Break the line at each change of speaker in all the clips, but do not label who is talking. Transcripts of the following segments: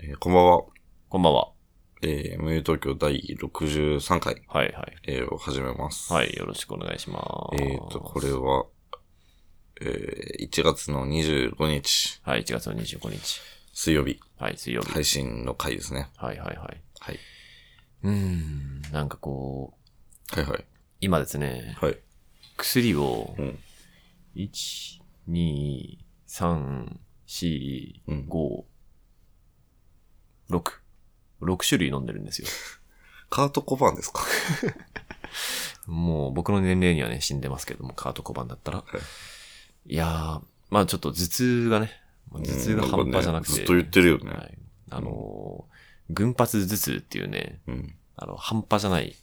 ーこんばんは。
こんばんは。
えー、無友東京第63回、
はいはい。
えーを始めます。
はい、よろしくお願いします。
えっ、と、これは、えー、1月の25日、
はい、1月の25日。
水曜日、
はい、水曜日。
配信の回ですね。
はい、はい、はい。
はい。
うーん、なんかこう、
はいはい。
今ですね、
はい。
薬を
うん、
1、2、3、4、
うん
5、6。6種類飲んでるんですよ。
カート小判ですか
もう僕の年齢にはね、死んでますけども、カート小判だったら。いやー、まあちょっと頭痛がね、もう頭痛が
うんなん
半
かね
端じゃなくて。
ずっと言ってるよね
はい。あのー群発頭痛っていうね、
うん。
あの、半端じゃない、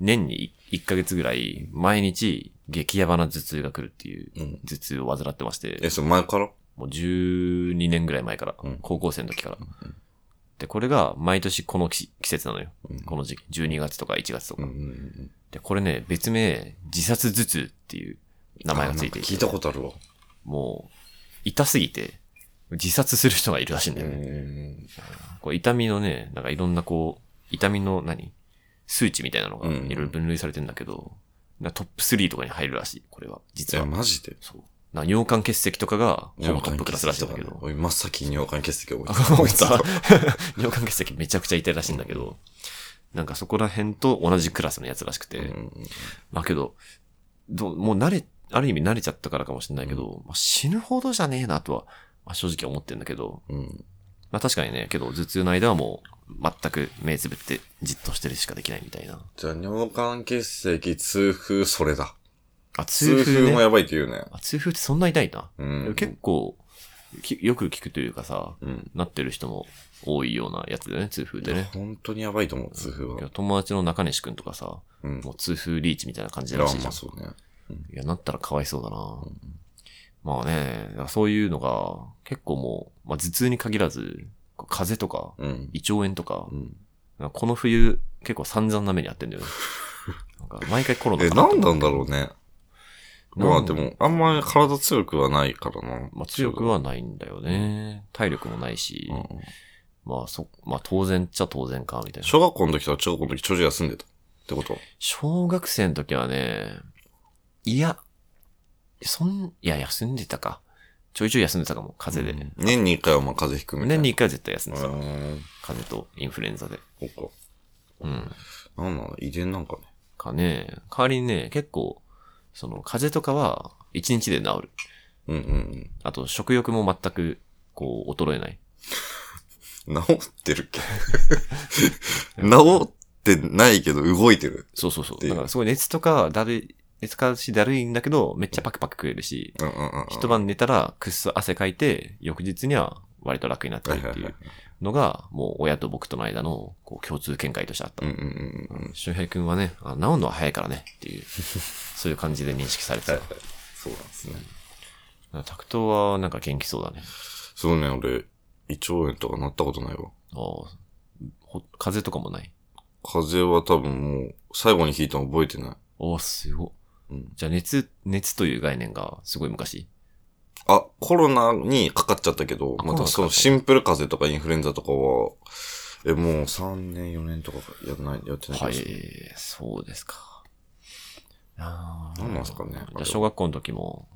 年に1ヶ月ぐらい、毎日、激ヤバな頭痛が来るっていう
う、ん。
頭痛を患ってまして。
え、それ前から
もう12年ぐらい前から、
うん
高校生の時から。で、これが毎年この季季節なのよ。
うん
この時期。12月とか1月とか。
うんうんうん。
で、これね、別名、自殺頭痛っていう名前がついてい
あなん
て。
か聞いたことあるわ。
もう、痛すぎて、自殺する人がいるらしいんだよね。
ん。
こう痛みのね、なんかいろんなこう、痛みの何数値みたいなのが
う
い
んうん
ろいろ分類されてんだけど、なんかトップ3とかに入るらしい、これは。
い
実
や、
は。
マジで。
そう。なんか尿管結石とかが、ほぼトップクラスらしいんだけ
結石と
ど
かね。。俺、真っ先に尿管結石を
思
覚
っ
えて
た
た。
尿管結石めちゃくちゃ痛いらしいんだけど、なんかそこら辺と同じクラスのやつらしくて、
うん
まあけど、どうもう慣れ、ある意味慣れちゃったからかもしれないけど、まあ、死ぬほどじゃねえなとは、まあ、正直思ってんだけど、
うん。
まあ確かにね、けど頭痛の間はもう全く目つぶってじっとしてるしかできないみたいな。
じゃあ、尿管結石、痛風、それだ。
あ、
痛
痛
風
風
も
ね。
やばいって言うね。
あ痛風ってそんな痛いな。
うん。
結構きよく聞くというかさ、
うん。
なってる人も多いようなやつだよね、痛風でね。
本当にやばいと思う、痛風
いや
は。
友達の中西くんとかさ、
うん。
もう痛風リーチみたいな感じ
いや、
らしい
ま
じゃ
あ
ん。
そうね。
いや、なったらかわいそうだな。まあね、だからそういうのが、結構もう、まあ頭痛に限らず、こう風邪とか、
うん。
胃腸炎とか
う、ん。
なんかこの冬、結構散々な目にあって んだよね。なんか毎回コロナ
え、
かなと
な
思
ん
って
なんだろうね。まあで。
なん
も、あんまり体強くはないからな。
まあ強くはないんだよね。体力もないし、
うん。
まあそ、まあ当然っちゃ当然か、みたいな。
小学校の時とか中学校の時、長寿が住んでた。ってこと
小学生の時はね、いや、そん、いや、休んでたか。ちょいちょい休んでたかも、風邪で。
うん年に一回はまあ風邪ひくみたいな。
年に一回は絶対休んでた。
うん。
風邪とインフルエンザで。
そっ
うん。
か。なんなの遺伝なんかね。
かね、代わりにね、結構、その、風邪とかは、一日で治る。
うんうん
あと、食欲も全く、こう、衰えない。
うん。治ってるっけ 治ってないけど動いてる。
そうそうそう。
で
だから、すごい熱とか、だるい、熱かしだるいんだけど、めっちゃパクパク食えるし、
うんうんうんうん。
一晩寝たら、くっそ汗かいて、翌日には、割と楽になってるっていうのが、もう、親と僕との間の、こう、共通見解としてあった
うん。うんうんうん。
周平君はね、あ治るのは早いからね、っていう、そういう感じで認識されてた。だか
そうなんですね。
らタクトは、なんか元気そうだね。
そうね、俺、胃腸炎とかなったことないわ。
ああ、ほ風邪とかもない。
風邪は多分もう、最後に引いたの覚えてない。
おお、すごっ。
うん
じゃあ熱、熱という概念がすごい昔。
あ、コロナにかかっちゃったけど、
あ
ま
コロナかか
た
った
そのシンプル風邪とかインフルエンザとかは、え、もう3年4年とかやんない、やってない
は
で
い
す、、
そうですか。ああ。
何なんですかね
じゃ
あれ
あ
は
小学校の時も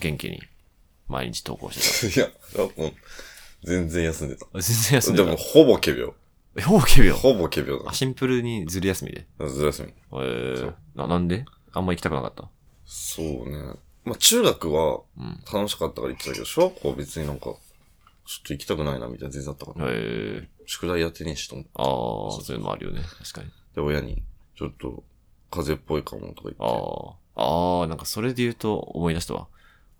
元気に毎日投稿して
いや、もう、 全然休んでた。
た。全然休ん
で
でた。
も、ほぼ仮病。
え、ほぼ9秒。
ほぼ仮病だ
あ、。シンプルにずる休みで。
ずらすみ。
え
そ
ー
う、
な、なんであんま行きたくなかった。
そうね。まあ、中学は
うん。
楽しかったから行ってたけど、小学校は別になんか、ちょっと行きたくないなみたいな全然あったから、
えー、
宿題やってねえしと思って。
ああ、そういうのもあるよね。確かに。
で、親に、ちょっと、風邪っぽいかもとか
あ
言って。
あ、ああ、なんかそれで言うと思い出したわ。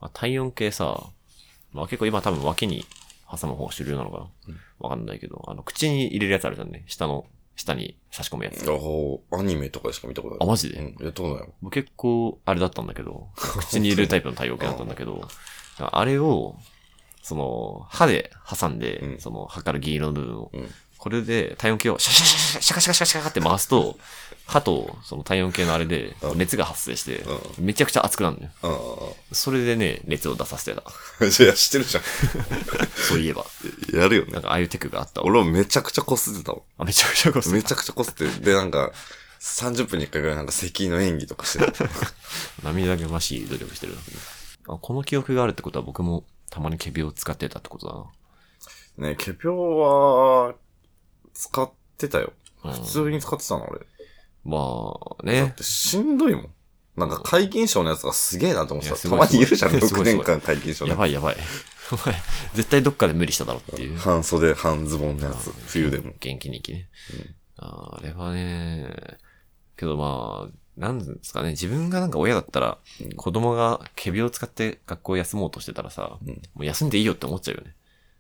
あ体温計さ、まあ結構今多分脇に挟む方が主流なのかな
うん
わかんないけど、あの、口に入れるやつあるじゃんね。下の、下に差し込むやつ。
あほうアニメとかでしか見たことない。
あマジで
うん、やったことないわ。
僕結構、あれだったんだけど、口に入れるタイプの体温計だったんだけど、あれを、その、歯で挟んで、
うん
その、歯から銀色の部分を。
うん
これで、体温計をシャシャシャシャシャカシャカシャカシャカって回すと、歯と、その体温計のあれで
う、ん
熱が発生して、
う
めちゃくちゃ熱くなるのよ。
あ
それでね、熱を出させてた。
あ。 じゃあ、知ってるじゃ
そういえば。
ん。やるよ
な
ね
ん。か、ああいうテクがあったわ。
俺もめちゃくちゃこすってたも
あ、めちゃくちゃこ
ん。
そ
めちゃくちゃこすって。で、なんか、30分に1回ぐらいなんか咳の演技とかしてた。
涙ぐましい努力してるなあ。この記憶があるってことは僕もたまにケビを使ってたってことだ
ねケピョは、使ってたよ。
な。うん
普通に使ってたの、俺。
まあ
だっ
ね。
てしんどいもん。なんか解禁賞のやつがすげえなと思って
いや
た。
す
た
ごい
まにいるじゃん、
すごいすご
6
い
年間解禁賞の
や
や
ばいやばい。 お前、絶対どっかで無理しただろっ ていう。
半袖、半ズボンのやつ。冬でも。
元気にきね
うん。
あーあれはね、けどまあ、なんですかね、自分がなんか親だったら
う、ん
子供がケビを使って学校休もうとしてたらさ、
うん
もう休んでいいよって思っちゃうよね。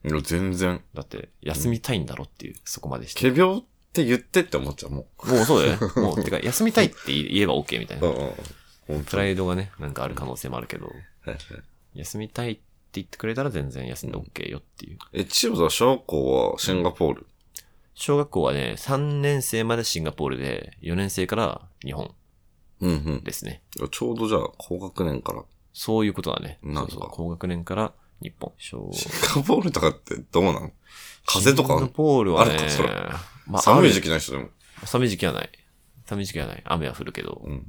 いや、全然。
だって、休みたいんだろっていう、そこまでして。
ケビョって言ってって思っちゃう、も。
もうそうだよね。もう、てか、休みたいって言えば OK みたいう
う
な。
んうん。本
プ
当に。
ライドがね、なんかある可能性もあるけど、
はいはい
休みたいって言ってくれたら全然休んで OK よっていう。
え、チームとは小学校はシンガポール。
小学校はね、3年生までシンガポールで、4年生から日本
うんうん
ですね。
いや。ちょうどじゃあ、高学年から。
そういうことだね。
なんか
そうそう高学年から日本。小
シンガポールとかってどうなの風とかあ
シン
る
ガポールは
あ
ね
るかそれ、
まあ、
寒い時
期。
期ない人でも。
寒い時期はない。寒い時期はない。雨は降るけど
う。ん。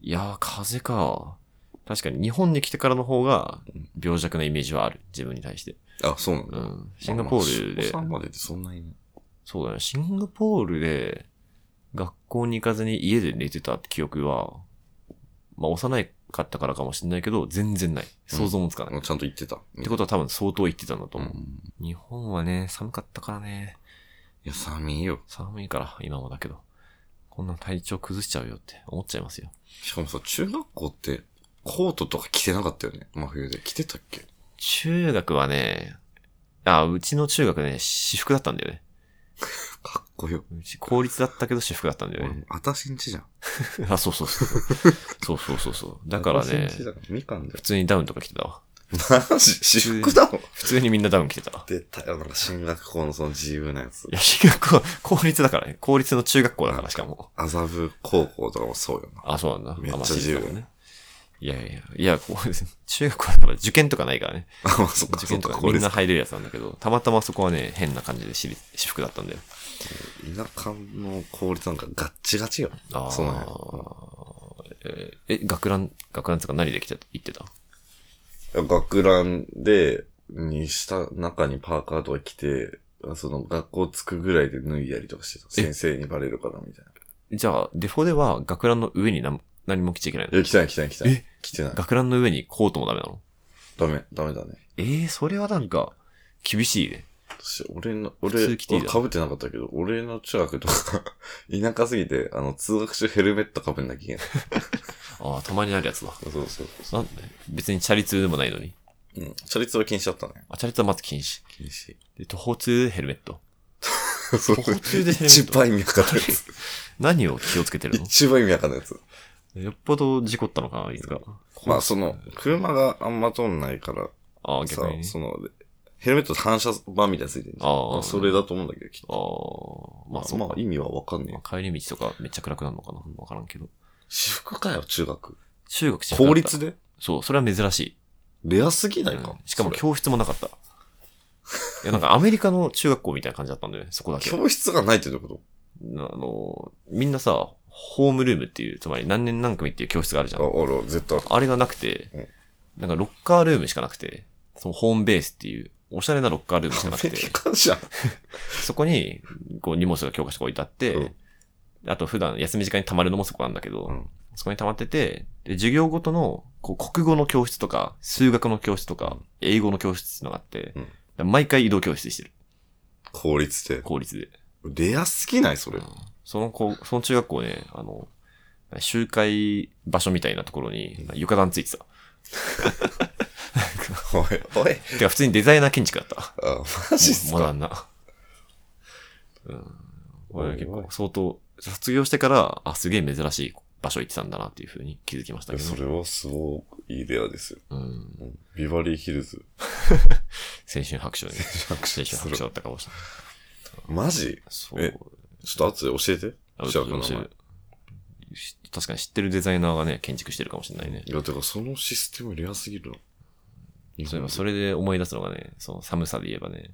いやー、風か。確かに日本に来てからの方が、病弱なイメージはある。自分に対して。
あ、そうなん
う
だ。
ん。シンガポールで、
まあまあ小三までってそんないない。
そうだね。シンガポールで、学校に行かずに家で寝てたって記憶は、まあ、幼いかったからかもしれないけど、全然ない。想像もつかない。
もうちゃんと言ってた。っ
ってことは多分相当行ってたんだと
う
思う。
ん。
日本はね、寒かったからね。
いや、寒いよ。
寒いから、今もだけど。こんな体調崩しちゃうよって思っちゃいますよ。
しかもさ、中学校って、コートとか着てなかったよね。真冬で。着てたっけ
中学はね、あ、うちの中学ね、私服だったんだよね。
かっこよ。
うち公立だったけど私服だったんだよ
俺
ね。
も、あたしんちじゃん。
あ、そうそうそう。そうそうそうそう。だから
私ん
ね、
ちだからみかんだ
普
よ。
通にダウンとか着てたわ。
マジ 私服だもん。
普通にみんなダウン着てたわ。
出たよ、なんか進学校のその自由なやつ
い。や、私学校、公立だからね。公立の中学校だからしかも。
麻布高校とかもそうよ な。
あ、そうなんだ。
めっちゃ
あまあ私
自由
立だもんね。いやいやいや、いや、こうですね中学校だから受験とかないからね。
あ、まあ、そっか、
受
そっ
験
か、
とか
公
みん
立
な。入れるやつなんだけど、たまたまそこはね、変な感じで私立私服だったんだよ。
田舎の公立なんかガッチガチよ。
ああ。
そうなんや
えーえ、学ラン、学ランとか何で来てた行ってた
学ランで、にした中にパーカーとか着て、その学校着くぐらいで脱いだりとかしてた。
え
先生にバレるからみたいな。
じゃあ、デフォでは学ランの上に何何も着ちゃいけない
い
の
や、着てない着てない着てない
え。
着てない。
学ランの上にコートもダメなの
ダメ、ダメだね。
えー、それはなんか、厳しいね。
私、俺の、
普
俺、
通着ていいだろ
俺被ってなかったけど、俺の中学とか、 田舎すぎて、あの、通学中ヘルメット被んなきゃいけない。
ああ、たまにあるやつだ。
そうそう。
なんで別にチャリ通でもないのに。
うん。チャリ通は禁止だったね。
あ、チャリ通はまず禁止。
禁止。
で、途方通ヘルメット。
そう
途方通でヘルメ
一
ット。
番意味わかんないやつ。
何を気をつけてるの
一番意味わかんないやつ。
よっぽど事故ったのかな、いつか。
まあ、その、車があんま通んないから、
ああ、
さ
逆に、ね。
その、ヘルメット反射板みたいなついてる
ああ
それだと思うんだけど、きっと。
ああ、まあそう
まあ
か、
意味はわかんね
ま
え。
あ、帰り道とかめっちゃ暗くなるのかなわからんけど。
私服かよ、中学。
中学中学だった
公立で
そう、それは珍しい。
レアすぎないか、
うんしかも
それ
教室もなかった。いや、なんかアメリカの中学校みたいな感じだったんだよね、そこだけ。あ
教室がないってどういうこ
の、みんなさ、ホームルームっていう、つまり何年何組っていう教室があるじゃん。
とあ、あら、絶対ある。
あれがなくて、なんかロッカールームしかなくて、そのホームベースっていう、おしゃれなロッカールームしかな
ア
く
メ
て、
リカじゃん。
そこに、こう荷物が教科書が置いてあって、
うん
あと普段休み時間に溜まるのもそこなんだけど、
うん
そこに溜まってて、で、授業ごとの、こう、国語の教室とか、数学の教室とか、英語の教室っていうのがあって、
うん
だから毎回移動教室してる。
公立で。
公立で。
レアすぎないそれ。
その子、その中学校ね、あの、集会場所みたいなところに床暖ついてた。
おい、おい。
てか普通にデザイナー建築だった。
あ、マジっす
モダ
か
ンな。うん。俺は結
おい
構
おい
相当、卒業してから、あ、すげえ珍しい場所行ってたんだなっていうふうに気づきましたけど。
それはすごいいいレアですよ。
うん。
ビバリーヒルズ。
青春白書ね。
白
青
書
春
す
白
る
書だったかもしれない。
マジ
そう。
えちょっと後で教えて。
あ
白くんの名
そ
前
う。し確かに知ってるデザイナーがね、建築してるかもしれないね
い。や、てかそのシステムレアすぎるな。
そういえば、そ
れ。
れで思い出すのがね、その寒さで言えばね、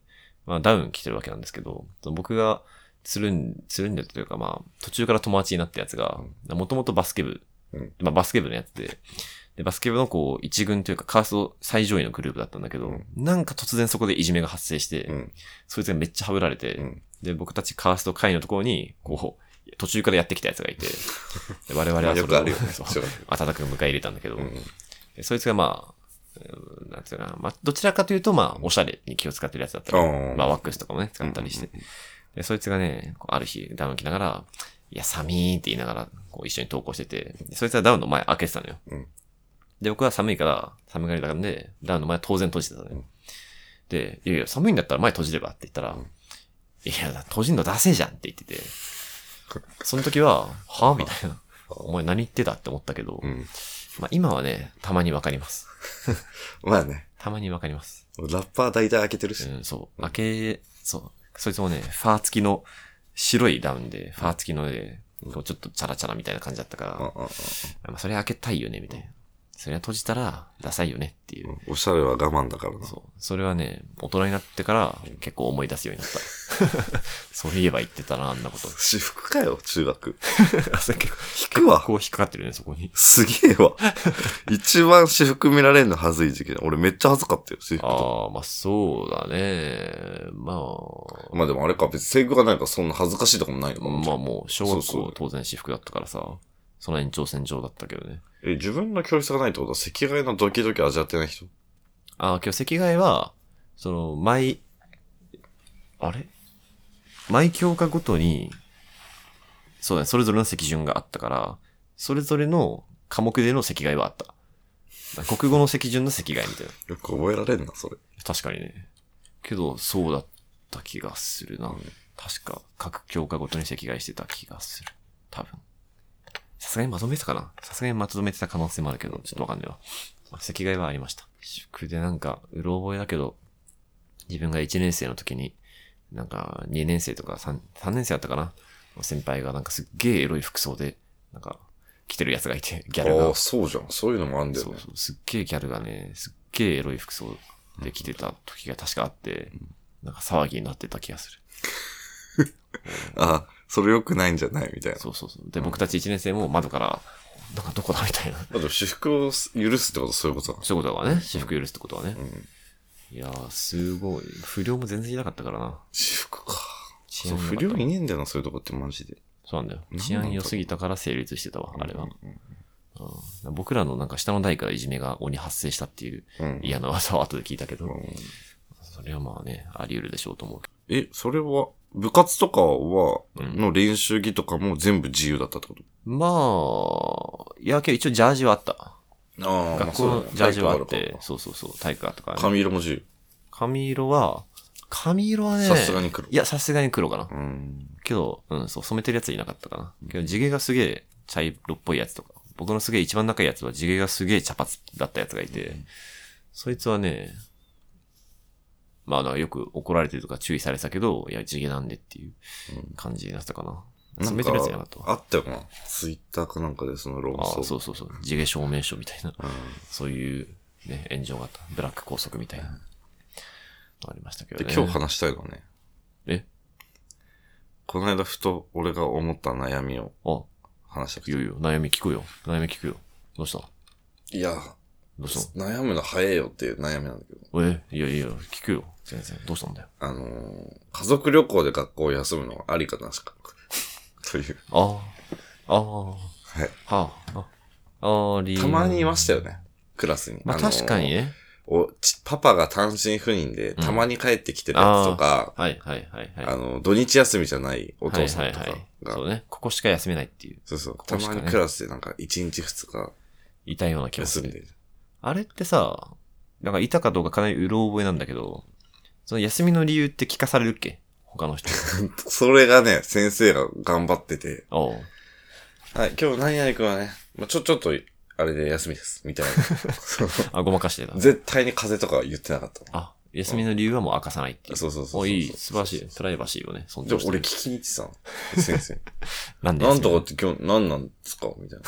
まあダウン着てるわけなんですけど、その僕がつるん、つるんでたというかまあ、途中から友達になったやつが、もともとバスケ部、
うん
まあバスケ部のやつで、で、バスケ部のこう、一軍というか、カースト最上位のグループだったんだけど、
うん
なんか突然そこでいじめが発生して、
うん。
そいつがめっちゃはぶられて、
うん
で、僕たちカースト会のところに、こう、途中からやってきたやつが いて、で我々
まあ
は
よ
そ
く
れ
あ
を
るよね。
そう
そう
温かく迎え入れたんだけど、
うん。
でそいつがまあ、うんなんていうかな、まあ、どちらかというと、まあ、おしゃれに気を使ってるやつだったり、
うん
まあ、ワックスとかもね、使ったりして。で、そいつがね、こうある日、ダウン着ながら、いや、寒いって言いながら、こう、一緒に投稿してて、でそいつはダウンの前開けてたのよ。
うん
で、僕は寒いから、寒がりだからで、ダウンの前当然閉じてたのよ。
うん
で、いやいや、寒いんだったら前閉じればって言ったら、
うん
いや、閉じんのダセえじゃんって言っ てて、その時は、はみたいな。お前何言ってたって思ったけど、
うん。
まあ今はね、たまにわかります。
まあね。
たまにわかります。
ラッパー大体開けてるし。
うん、そう。開け、そう。そいつもね、ファー付きの白いダウンで、ファー付きので、こうちょっとチャラチャラみたいな感じだったから、
うんうんうん
まあそれ開けたいよね、みたいな。それは閉じたら、ダサいよねっていう。
うんおしゃれは我慢だからな。
そう。それはね、大人になってから結構思い出すようになった。 そういえば言ってたな、あんなこと。
私服かよ、中学。
結構、
引くわ。
こう引っかかってるね、そこに。
すげえわ。一番私服見られんのはずい時期だ。俺めっちゃ恥ずかったよ、私服とか。
ああ、まあそうだね。まあ、
まあでもあれか、別に制服がないからそんな恥ずかしいとかもないのかな
まあもう、小学
そうそ
校
う
当然私服だったからさ、その延長線上だったけどね。
え、自分の教室がないってことは、赤外のドキドキ味わってない人
ああ、今日席替えは、その、毎、あれ毎教科ごとに、そうだね、それぞれの席順があったから、それぞれの科目での席替えはあった。国語の席順の席替えみたいな。
よく覚えられんな、それ。
確かにね。けど、そうだった気がするな。
うん
確か、各教科ごとに席替えしてた気がする。多分。さすがにまとめてたかなさすがにまとめてた可能性もあるけど、ちょっとわかんないわ。まあ席替えはありました。私服でなんか、うろ覚えだけど、自分が1年生の時に、なんか、2年生とか 3, 3年生だったかな先輩がなんかすっげえエロい服装で、なんか、着てるやつがいて、ギャル
あ
が
あ、。そうじゃん。そういうのもあんだよ
そう
ね。
そう。すっげえギャルがね、すっげえエロい服装で着てた時が確かあって、なんか騒ぎになってた気がする。
ああ、それ良くないんじゃないみたいな。
そうそうそう。で、僕たち1年生も窓から、なんかどこだみたいな。
まあでも私服を許すってことはそういうことだな
そういうことがね、私服許すってことはね。
ん
いやー、すごい。不良も全然いなかったからな。
私服か。
治
そう、
良かっ
不
た
良いねえんだよな、そういうとこってマジで。
そうなんだよ
なん。だ
治安良すぎたから成立してたわ、あれは。
うん
うん僕らのなんか下の代からいじめが鬼発生したっていう
うん。
嫌な噂を後で聞いたけど、
うん
それはまあね、あり得るでしょうと思うけど。
え、それは、部活とかは、
うん
の練習着とかも全部自由だったってこと
まあ、いや、けど一応ジャージはあった。
あ
学校のジャージはあって、そうそうそう、体育館とか、ね。
髪色も自由。
髪色は、髪色はね、
さすがに黒
いや、さすがに黒かな
う。ん。
けど、うん、そう、染めてるやつはいなかったかな。けど、地毛がすげえ茶色っぽいやつとか、僕のすげえ一番仲いいやつは地毛がすげえ茶髪だったやつがいて、そいつはね、まあ、だからよく怒られてるとか注意されてたけど、いや、地毛なんでっていう感じになってたかな。
な
染
ん
め
か
てるやついなかったわ。
あったよな。ツイッターかなんかでその論
あ
争。
あ、そうそうそう。地毛証明書みたいな、
ん
そういう、ね、炎上があった。ブラック拘束みたいな。ありましたけど
で
ね。
今日話したいのはね、
え
この間ふと俺が思った悩みを
あ、
話したく
い
て。
よいよ。悩み聞くよ。悩み聞くよ。どうした
いや、
どうした
悩むの早いよっていう悩みなんだけど。
のえいやいや、聞くよ。全然。どうしたんだよ。
あのー家族旅行で学校を休むのはありかな しか。という。
ああ。ああ。は
はい。
あ。ああ、り
たまにいましたよね。クラスに。
まあ
あのー
確かにね。
おちパパが単身赴任で、たまに帰ってきてるやつとか、
はいはいはいはい。
あの、土日休みじゃないお
お
父さんとか
はい
が、
はいはい。そうね。ここしか休めないっていう。
そうそう、
こ
た
しか
ま
ね
にクラスでなんか1日2日
いたような気もす
休
る
ん。でる。
あれってさ、なんかいたかどうかかなりうろ覚えなんだけど、その休みの理由って聞かされるっけ他の人。
それがね、先生が頑張ってて、
おう
はい、今日何々くんはね、まあ、ちょ、ちょっと、 あれで休みです、みたいな。そう
あ、ごまかしてた。
絶対に風邪とかは言ってなかったの。
あ、休みの理由はもう明かさないっていう。
そうそうそうそう
おいい、素晴らしい。プライバシーをね、尊
じゃ
重
あ
して
俺
る
聞きに行ってたの。 先生。
なんで
なんとかっ
か。
て今日何なんですかみたい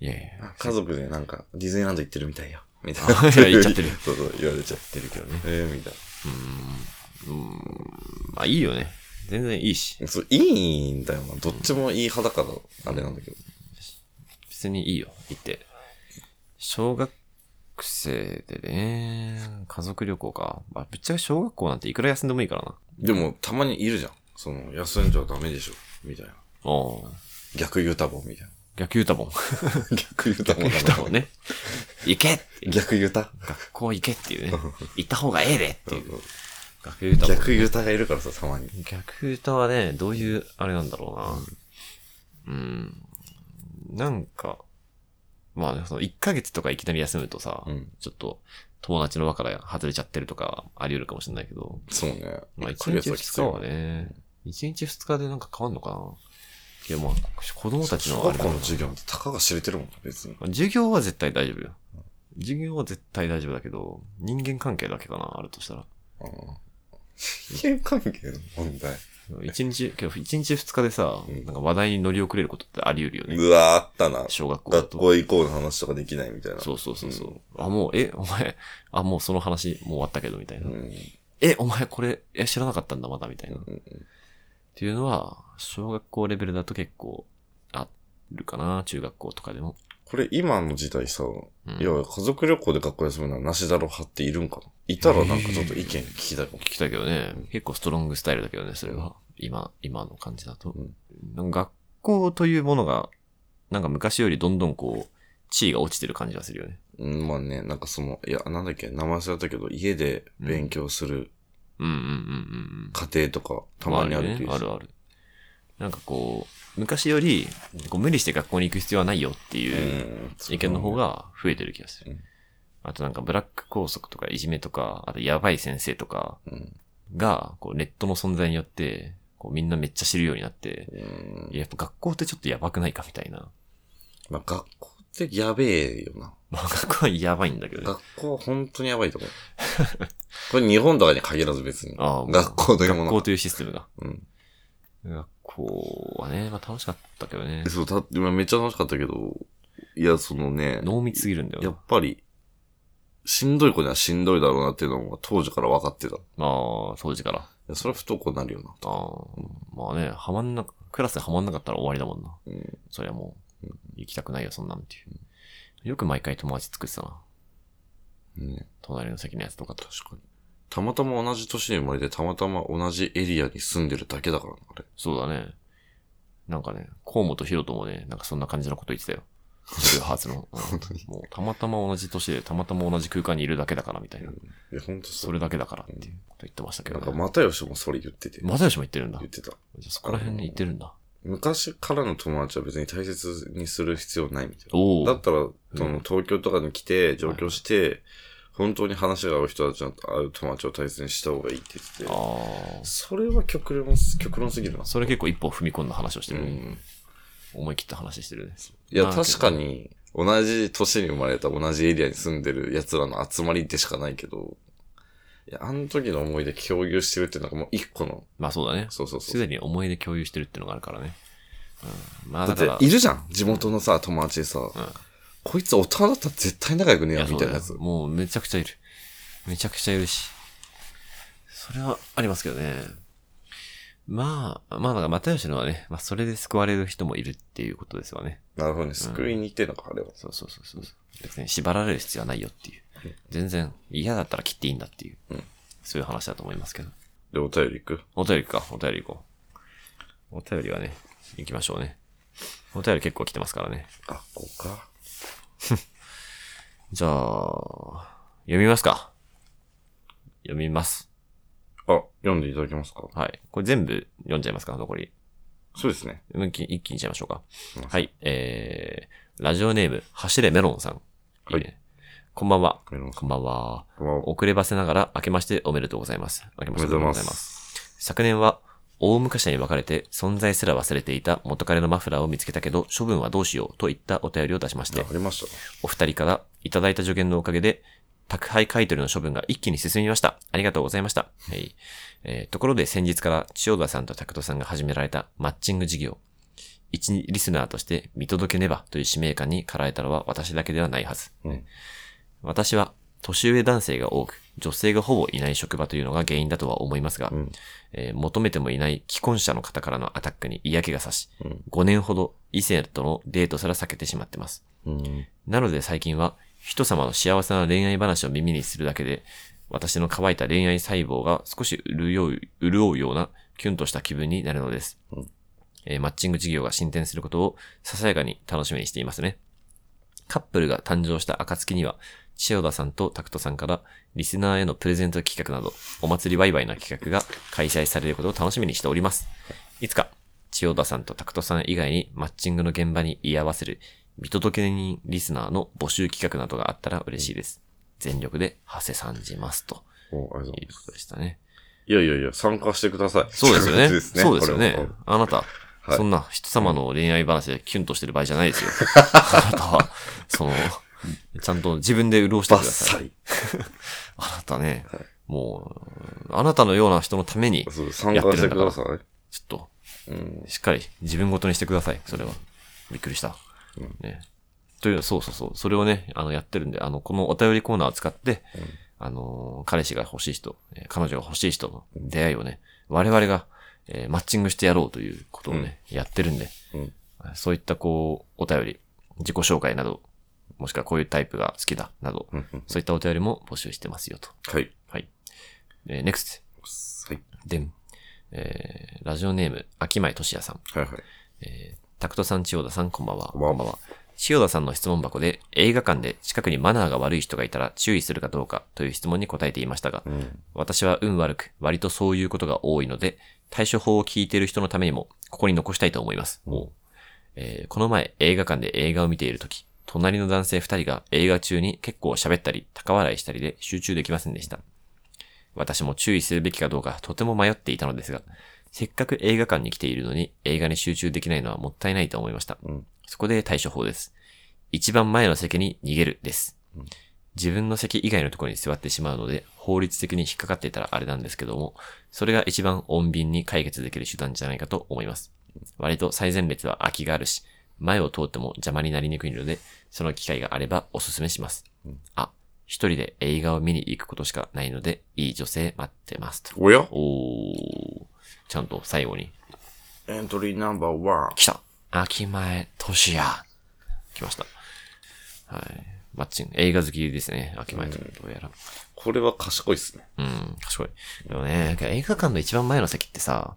いやいや。
な。家族でなんかディズニーランド行ってるみたいよ。みたい
あ
な。
いや行っちゃってる
そうそう、言われちゃってるけ どね。ええみたい
うん。うん。まあいいよね。全然いいし。
な。そう、いいんだよな。どっちもいい派だから、あれなんだけど。
別にいいよ。行って。小学生でね、家族旅行か。まあ、ぶっちゃけ小学校なんていくら休んでもいいからな。
でも、たまにいるじゃん。その、休んじゃダメでしょ。みたいな。
おー
逆言うたぼみたいな。
逆言うたもん。
逆言うたぼん
逆言うたも んね。行けって
逆言うた
学校行けっていうね。行った方がええでっていう。
うん
逆言うたもん。
逆言うたがいるからさ、たまに。
逆歌はね、どういう、あれなんだろうな。うん。なんか、まあね、その1ヶ月とかいきなり休むとさ、
うん。
ちょっと友達の輪から外れちゃってるとかあり得るかもしれないけど、
そうね。
まあ
一
1
ヶ
日
月は
2日はね、1日2日でなんか変わんのかな。いやまあ、子供たち
小
のあ
学
れだ
校
な
の授業ってたかが知れてるもん、別に。
まあ授業は絶対大丈夫よ。授業は絶対大丈夫だけど、人間関係だけかな、あるとしたら。
うん人間関係の問題。
一日、けど一日二日でさ、
うん
なんか話題に乗り遅れることってあり得るよね。
うわ、あったな。
小学校だ
学
と。
校行こうの話とかできないみたいな。
そうそうそうそう、あ、もう、え、お前、あ、もうその話もう終わったけど、みたいな。
うん。
え、お前これ、え、知らなかったんだ、まだ、みたいな。っ
うん
ていうのは、小学校レベルだと結構、あるかな、中学校とかでも。
これ今の時代さ、
うん
いや、家族旅行で学校休むのはなしだろう派っているんかないたらなんかちょっと意見聞きたいかも
聞。きたけどね、結構ストロングスタイルだけどね、それは。今、今の感じだと。
うん
なんか学校というものが、なんか昔よりどんどんこう、地位が落ちてる感じがするよね。
うん、まあね、なんかその、いや、なんだっけ、名前忘れたけど、家で勉強する
うんうんうんうんうん。
家庭とか、たまにあるっていう
あ
し。
るある。なんかこう、昔より、こう無理して学校に行く必要はないよって
う。
いうん意見の方が増えてる気がす
う
る
ん。
あとなんかブラック拘束とかいじめとか、あとやばい先生とか
うん。
が、こうネットの存在によって、こうみんなめっちゃ知るようになって、
うん
いややっぱ学校ってちょっとやばくないかみたいな。
まあ学校ってやべえよな。
まあ学校はやばいんだけどね。
学校は本当にやばい と思う。これ日本とかに限らず別に。
ああ
学校というも
学
の
校
が。
というシステムが。
うん。
学校はね、まあ楽しかったけどね。
そう、た、今めっちゃ楽しかったけど、いや、そのね、
濃密すぎるんだよ
や
な
っ。ぱり、しんどい子にはしんどいだろうなっていうのは当時から分かってた。い
まあ、当時から。
やそれは不登校になるよな。
ああ、まあね、はまんな、クラスではまんなかったら終わりだもんな。
うん。
そりゃもう、行きたくないよ、そんなんっていう。よく毎回友達作ってたな。
ね、
隣の席のやつとかと。
確かに。たまたま同じ年に生まれて、たまたま同じエリアに住んでるだけだからな、あれ。
そうだね。なんかね、河本ヒロトもね、なんかそんな感じのこと言ってたよ。そういうはずの。うんもう、たまたま同じ年で、たまたま同じ空間にいるだけだから、みたいな。
いや、ほんとそ
それだけだからっていうこと言ってましたけ
う。な
ど、
んか、
ね。
又吉もそれ言ってて。
またよしも言ってるんだ
言っ。てた。
じゃあそこら辺に言ってるんだ。
昔からの友達は別に大切にする必要ないみたいな。
お
だ
お
っ。たら、その東京とかに来て、上京して、本当に話が合う人たちと会う友達を大切にした方がいいって言ってて、
あ
それは極論す、極論すぎるな
あ。。それ結構一歩踏み込んだ話をして
う
るね。
ん。
思い切った話してるね。
いや、
まあけど
確かに、同じ年に生まれた同じエリアに住んでる奴らの集まりでしかないけど、いや、あの時の思い出共有してるっていうのがもう一個の、
まあそうだね。
そうそうそ
す
う。
でに思い出共有してるっていうのがあるからね。うん、まあ
だ
だから、
って、いるじゃん地元のさ、友達でさ、こいつ大人だったら絶対仲良くねえよ、みたいなやつ
そうだよ。もうめちゃくちゃいる。めちゃくちゃいるし。それはありますけどね。まあ、まあなんか、又吉のはね、まあそれで救われる人もいるっていうことですわね。
なるほどね。救いに行ってんのか、あれは。
そうそうそうそう。別に縛られる必要はないよっていう。全然嫌だったら切っていいんだっていう。
うん
そういう話だと思いますけど。
で、お便り行く
お便りか、お便り行こう。お便りはね、行きましょうね。お便り結構来てますからね。
あ、こうか。
じゃあ、読みますか。読みます。
あ、読んでいただけますか
はい。これ全部読んじゃいますか、残り。
そうですね。
うんき一気にしちゃいましょうか
うん。
はい。えー、ラジオネーム、走れメロンさん。いいね。こんばんは。
メロンさん
こんばんは。
こんばんは
遅ればせながら、明けましておめでとうございます。明け
お
ま
め
し
で
て
と
お
う
め
ござ
で
いう
とござい
ま
ます。
す。
昨年は、大昔に分かれて、存在すら忘れていた元彼のマフラーを見つけたけど、処分はどうしようといったお便りを出しまして
あ、りましたね。
お二人からいただいた助言のおかげで、宅配買取の処分が一気に進みました。ありがとうございました。はい。えーところで先日から千代田さんと拓人さんが始められたマッチング事業。一リスナーとして見届けねばという使命感に駆られたのは私だけではないはず。
うん
私は年上男性が多く、女性がほぼいない職場というのが原因だとは思いますが、
うん
えー求めてもいない既婚者の方からのアタックに嫌気がさし、
うん
5年ほど異性とのデートすら避けてしまってます。
うん。
なので最近は、人様の幸せな恋愛話を耳にするだけで、私の乾いた恋愛細胞が少し潤う潤うようなキュンとした気分になるのです、
うん
えーマッチング事業が進展することをささやかに楽しみにしていますね。カップルが誕生した暁には、千代田さんとタクトさんからリスナーへのプレゼント企画など、お祭りワイワイな企画が開催されることを楽しみにしております。いつか、千代田さんとタクトさん以外にマッチングの現場に居合わせる、見届け人リスナーの募集企画などがあったら嬉しいです。全力で、長谷さんじます。と
おありがとうござ
い
いうま
こ
す
とでしたね。
いやいやいや、参加してください。
そうですよね。
とい
そうですよね
これは。
あなた、
はい
そんな人様の恋愛話でキュンとしてる場合じゃないですよ。あなたは、その、ちゃんと自分で潤して
バ
く
ッ
ださ
サ
い。
イ。
あなたね、
はい
もう、あなたのような人のために、ちょ
そう、参加してください。
っと、
うん。
しっかり自分ごとにしてください。それは。びっくりした。
うん
ね。というのは、そうそうそう。それをね、あの、やってるんで、あの、このお便りコーナーを使って、
うん
あの、彼氏が欲しい人、えー彼女が欲しい人の出会いをね、我々が、えーマッチングしてやろうということをね、やってるんで、
うん
そういったこう、お便り、自己紹介など、もしくはこういうタイプが好きだ、など、
うんうん
そういったお便りも募集してますよと。
はい。
はい。えー、NEXT、
はい。
でん、えーラジオネーム、秋前俊也さん。
はいはい。
えータクトさん、千代田さん、こんばんは。
こんばんは
千代田さんの質問箱で、映画館で近くにマナーが悪い人がいたら注意するかどうかという質問に答えていましたが、
うん。
私は運悪く、割とそういうことが多いので、対処法を聞いている人のためにも、ここに残したいと思います。えーこの前、映画館で映画を見ているとき、隣の男性二人が映画中に結構喋ったり、高笑いしたりで集中できませんでした。私も注意するべきかどうかとても迷っていたのですが、せっかく映画館に来ているのに映画に集中できないのはもったいないと思いました。
うん
そこで対処法です。一番前の席に逃げるです。
うん
自分の席以外のところに座ってしまうので、法律的に引っかかっていたらあれなんですけども、それが一番穏便に解決できる手段じゃないかと思います。割と最前列は空きがあるし、前を通っても邪魔になりにくいので、その機会があればおすすめします。
うん
あ、一人で映画を見に行くことしかないので、いい女性待ってますと。
おや
おー、ちゃんと最後に、
エントリーナンバーワン。
来た秋前俊也来ました。はい。マッチング、映画好きですね。秋前と、どうやら。
これは賢いっすね。
うん、賢い。でもね、なんか映画館の一番前の席ってさ、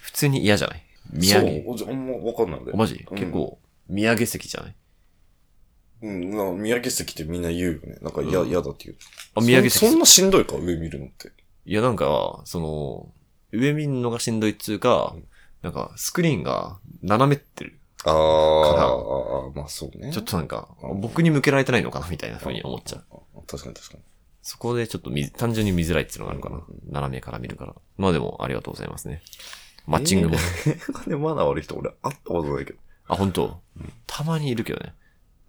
普通に嫌じゃない見上げ。
そう、あんまわかんない俺。
マジ、
うん
結。構、見上げ席じゃない
うん、な見上げ席ってみんな言うよね。なんか嫌、
うん
嫌だって言う。
あ、見上げ
そん
席
そんなしんどいか上見るのって。
いや、なんか、その、上見んのがしんどいっつうか、なんか、スクリーンが斜めってる。
あー
ら
あー、まあそうね。
ちょっとなんか、
うん
僕に向けられてないのかなみたいな風に思っちゃう。
う。確かに確かに。
そこでちょっと見、単純に見づらいっていうのがあるか
う。
なん斜めから見るから。まあでも、ありがとうございますね。マッチングも。
映画でマナー悪い人俺会ったことないけど。
あ、本当たまにいるけどね。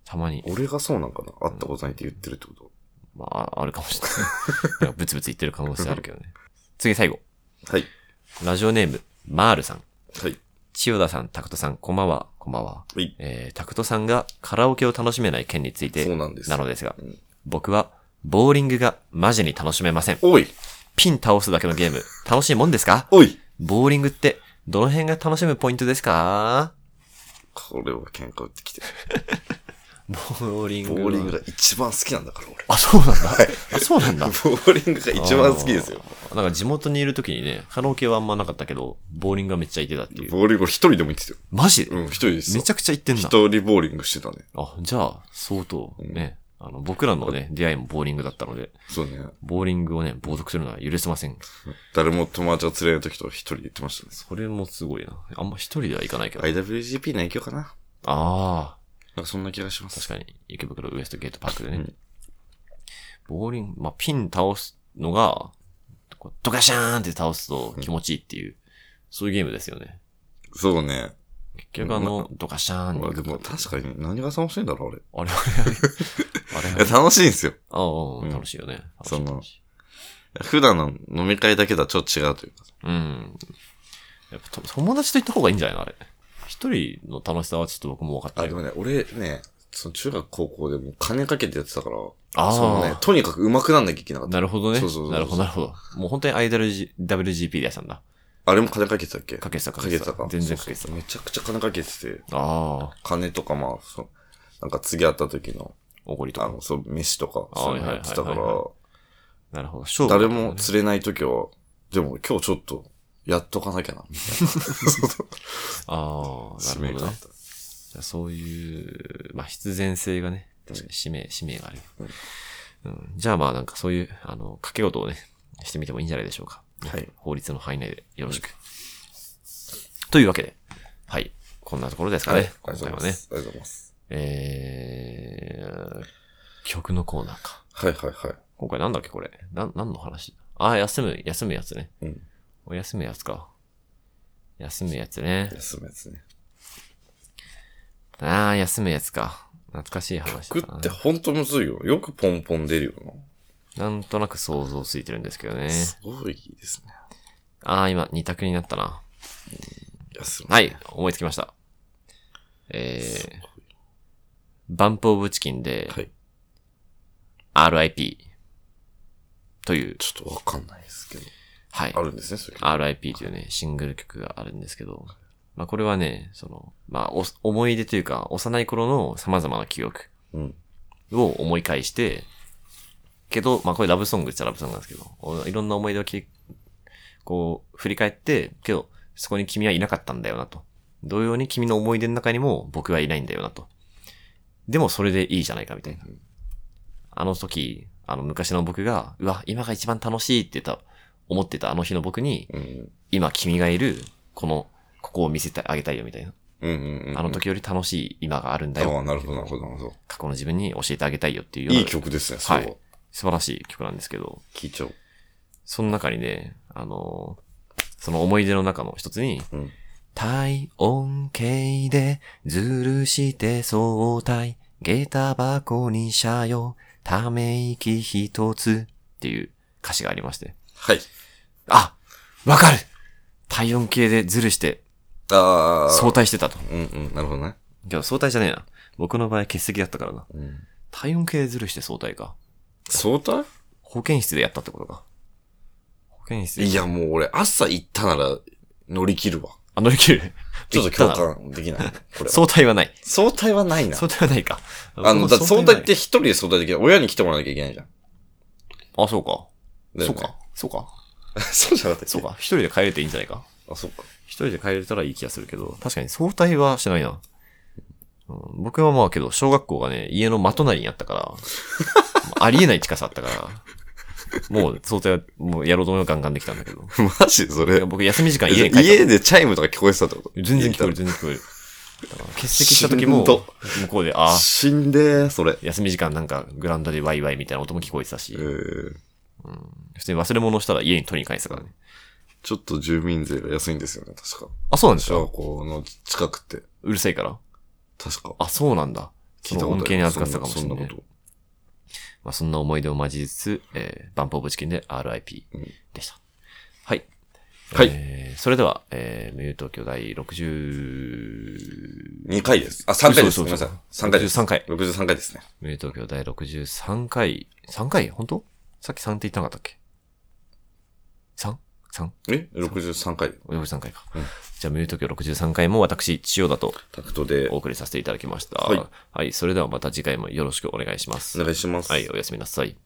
たまに。
俺がそうなんかな会ったことないって言ってるってこと。
まあ、 あるかもしれない。なんかブツブツ言ってる可能性あるけどね。 次、最後。
はい。
ラジオネーム、マールさん。
はい。
千代田さん、タクトさん、こんばんは。こんばんは。
はい。
えー、タクトさんがカラオケを楽しめない件について
そうなんです。
なのですが、
うん
僕はボーリングがマジに楽しめません。
おい
ピン倒すだけのゲーム、楽しいもんですか
おい
ボーリングってどの辺が楽しむポイントですか
これは喧嘩売ってきて。
ボーリン
ボ
グ。
ーリングが一番好きなんだから、俺。
あ、そうなんだ。あ、そうなん だ
ボ。ーリングが一番好きですよ。
あの。なんか地元にいる時にね、カラオケはあんまなかったけど、ボーリングがめっちゃいてたっていう。
ボーリング俺一人でも行ってたよ。
マジで
うん、一人です
めちゃくちゃ行ってんだ。
一人ボーリングしてたね。
あ、じゃあ、相当ね、あの、僕らのね、出会いもボーリングだったので、
そうね。
ボーリングをね、冒涜するのは許せません。
誰も友達を連れる時と一人で行ってましたね。
それもすごいな。あんま一人では行かないけど。あ
IWGP の影響かな
あ
なんかそんな気がしま
ー、
す。
確かに、池袋ウエストゲートパークでね。
うん
ボーリング、まあ、ピン倒すのが、こうドカシャーンって倒すと気持ちいいっていう、そういうゲームですよね。
そうね。
結局あの、ドカシャーン
まあ
に
でも確かに何が楽しいんだろう、あれ。
あれあれあれあ
い
れ
や、楽しいんですよ。
ああ
う
あ
ん
あ、楽しいよね。
その
楽しい
普段の飲み会だけとはちょっと違うというか。
うん。やっぱと友達と行った方がいいんじゃないのあれ。一人の楽しさはちょっと僕も分かった
あ、で
よ。
もね、俺ね、その中学高校でもう金かけてやってたから、
あー
そのね、とにかく上手くなんなきゃいけなかった。
なるほどね。
そうそうそうそう
なるほど、なるほど。もう本当にアイドル G- WGP でやってたんだ。
あれも金かけてたっけ
かけてた、
かけてたか。
全然かけてた
そうそう。めちゃくちゃ金かけてて、
ああ、
金とかまあ、そうなんか次会った時の、
おごりと
あ
か。
の、そう、飯とか、
あー
そういうのやってたか
はい
ら
はいはい、なるほど。勝負だ
誰
らね
も釣れない時は、でも今日ちょっと、やっとかなきゃな、みたいな。そう
ああ、
使
な
命
る
感
ほど
あ
ね
っ。た。
じゃあそういう、まあ必然性がね、確かに使命、使命がある。うん。じゃあまあなんかそういう、あの、掛け事をね、してみてもいいんじゃないでしょうか。
はい。
法律の範囲内でよろしく。というわけで、はい。こんなところですか
はい。あ
ね
り。がとうござい
今
ま
回はね。
す。ありがとうございます。
えー、曲のコーナーか。
はいはいはい。
今回なんだっけこれ。なん、何の話あ、休む、休むやつね。
うん。
お休むやつか。休むやつね。
休むやつね。
ああ、休むやつか。懐かしい話
食
だな
ってほんとむずいよ。よくポンポン出るよ
なんとなく想像ついてるんですけどね
な。。すごいですね。
ああ、今、二択になったな。
休む。
はい、思いつきました。え
す
ー、バンプオブチキンで、
はい。
RIP という、
ちょっとわかんないですけど。
はい
あ。るんですね、それ。
RIP というね、シングル曲があるんですけど、まあこれはね、その、まあお思い出というか、幼い頃の様々な記憶
うん。
を思い返して、けど、まあこれラブソングっちゃラブソングなんですけど、おいろんな思い出をきこう、振り返って、けど、そこに君はいなかったんだよなと。同様に君の思い出の中にも僕はいないんだよなと。でもそれでいいじゃないかみたいな。あの時、あの昔の僕が、うわ、今が一番楽しいって言った、思ってたあの日の僕に、
うん。
今君がいる、この、ここを見せてあげたいよみたいな。
うんうんうん。
あの。時より楽しい今があるんだ
あ
よ。
あ、なるほど、なるほど、なるほど。
過去の自分に教えてあげたいよっていうようない
い曲ですね、それ
は。
はい
素晴らしい曲なんですけど、
聴いちゃおう。
その中にね、あのーその思い出の中の一つに、
うん。
体温計でずるして相対、下駄箱に車よ、ため息一つっていう歌詞がありまして。
はい。
あわかる体温計でずるして
ああ。
相。対してたと。
うんうん、なるほどね。
けど相対じゃねえな。僕の場合欠席だったからな。
うん。
体温計でずるして相対か。
相対
保健室でやったってことか。保健室で
いや、もう俺、朝行ったなら乗り切るわ。
あ、乗り切る。
ちょっと
言
共
ったな
感できない。 これは。
相対はない。
相対はないな。
相対はないか。
あの、だって相対っ
は
て一人で相対できない。親に来てもらわなきゃいけないじゃん。
ない。あ、そうか。
だ
そ
よね
うか。。そうか。
そうじゃなかったっけ
そう。か。一人で帰れていいんじゃないか。
あ、そうか。
一人で帰れたらいい気がするけど、確かに相対はしてないな。うん、僕はまあけど、小学校がね、家の真隣にあったから、 ありえない近さあったから、もう相対は、もうやろうと思えばガンガンできたんだけど。
マジそ
い
れ
や。僕休み時間家
家
に帰っ
でチャイムとか聞こえてたってこと
た。全然聞こえる、全然聞こえる。だから欠席した時も、
しんど
向こうで、ああ、
死んでー、それ。
休み時間なんかグラウンドでワイワイみたいな音も聞こえてたし
え、ー、
普通に忘れ物したら家に取りに帰ってたからね。
ちょっと住民税が安いんですよね、確か。
あ、そうなんです
小
か
学校の近くって、
うるさいから。
確か。
あ、そうなんだ。その恩恵に預かってたかもしれ
そん
な。
ないそんなこ
まあ、そんな思い出を交えつつ、えー、バンプオブチキンで RIP
うん
でした。はい。
はい
えーそれでは、えー、無友東京第60、
と。2回です。あ、3回です。
そう
ごめん
そう
な
そう
さい。3回です。
63回。
63回ですね。
無友東京第63回、3回本当さっき3って言ってなかったっけ ?3?3?
え ?63 回。
63回か。
うん
じゃあ、無友東京63回も私、千代田と
タクトで
お、送りさせていただきました。
はい
はい。それではまた次回もよろしくお願いします
お。願いします。
はい、おやすみなさい。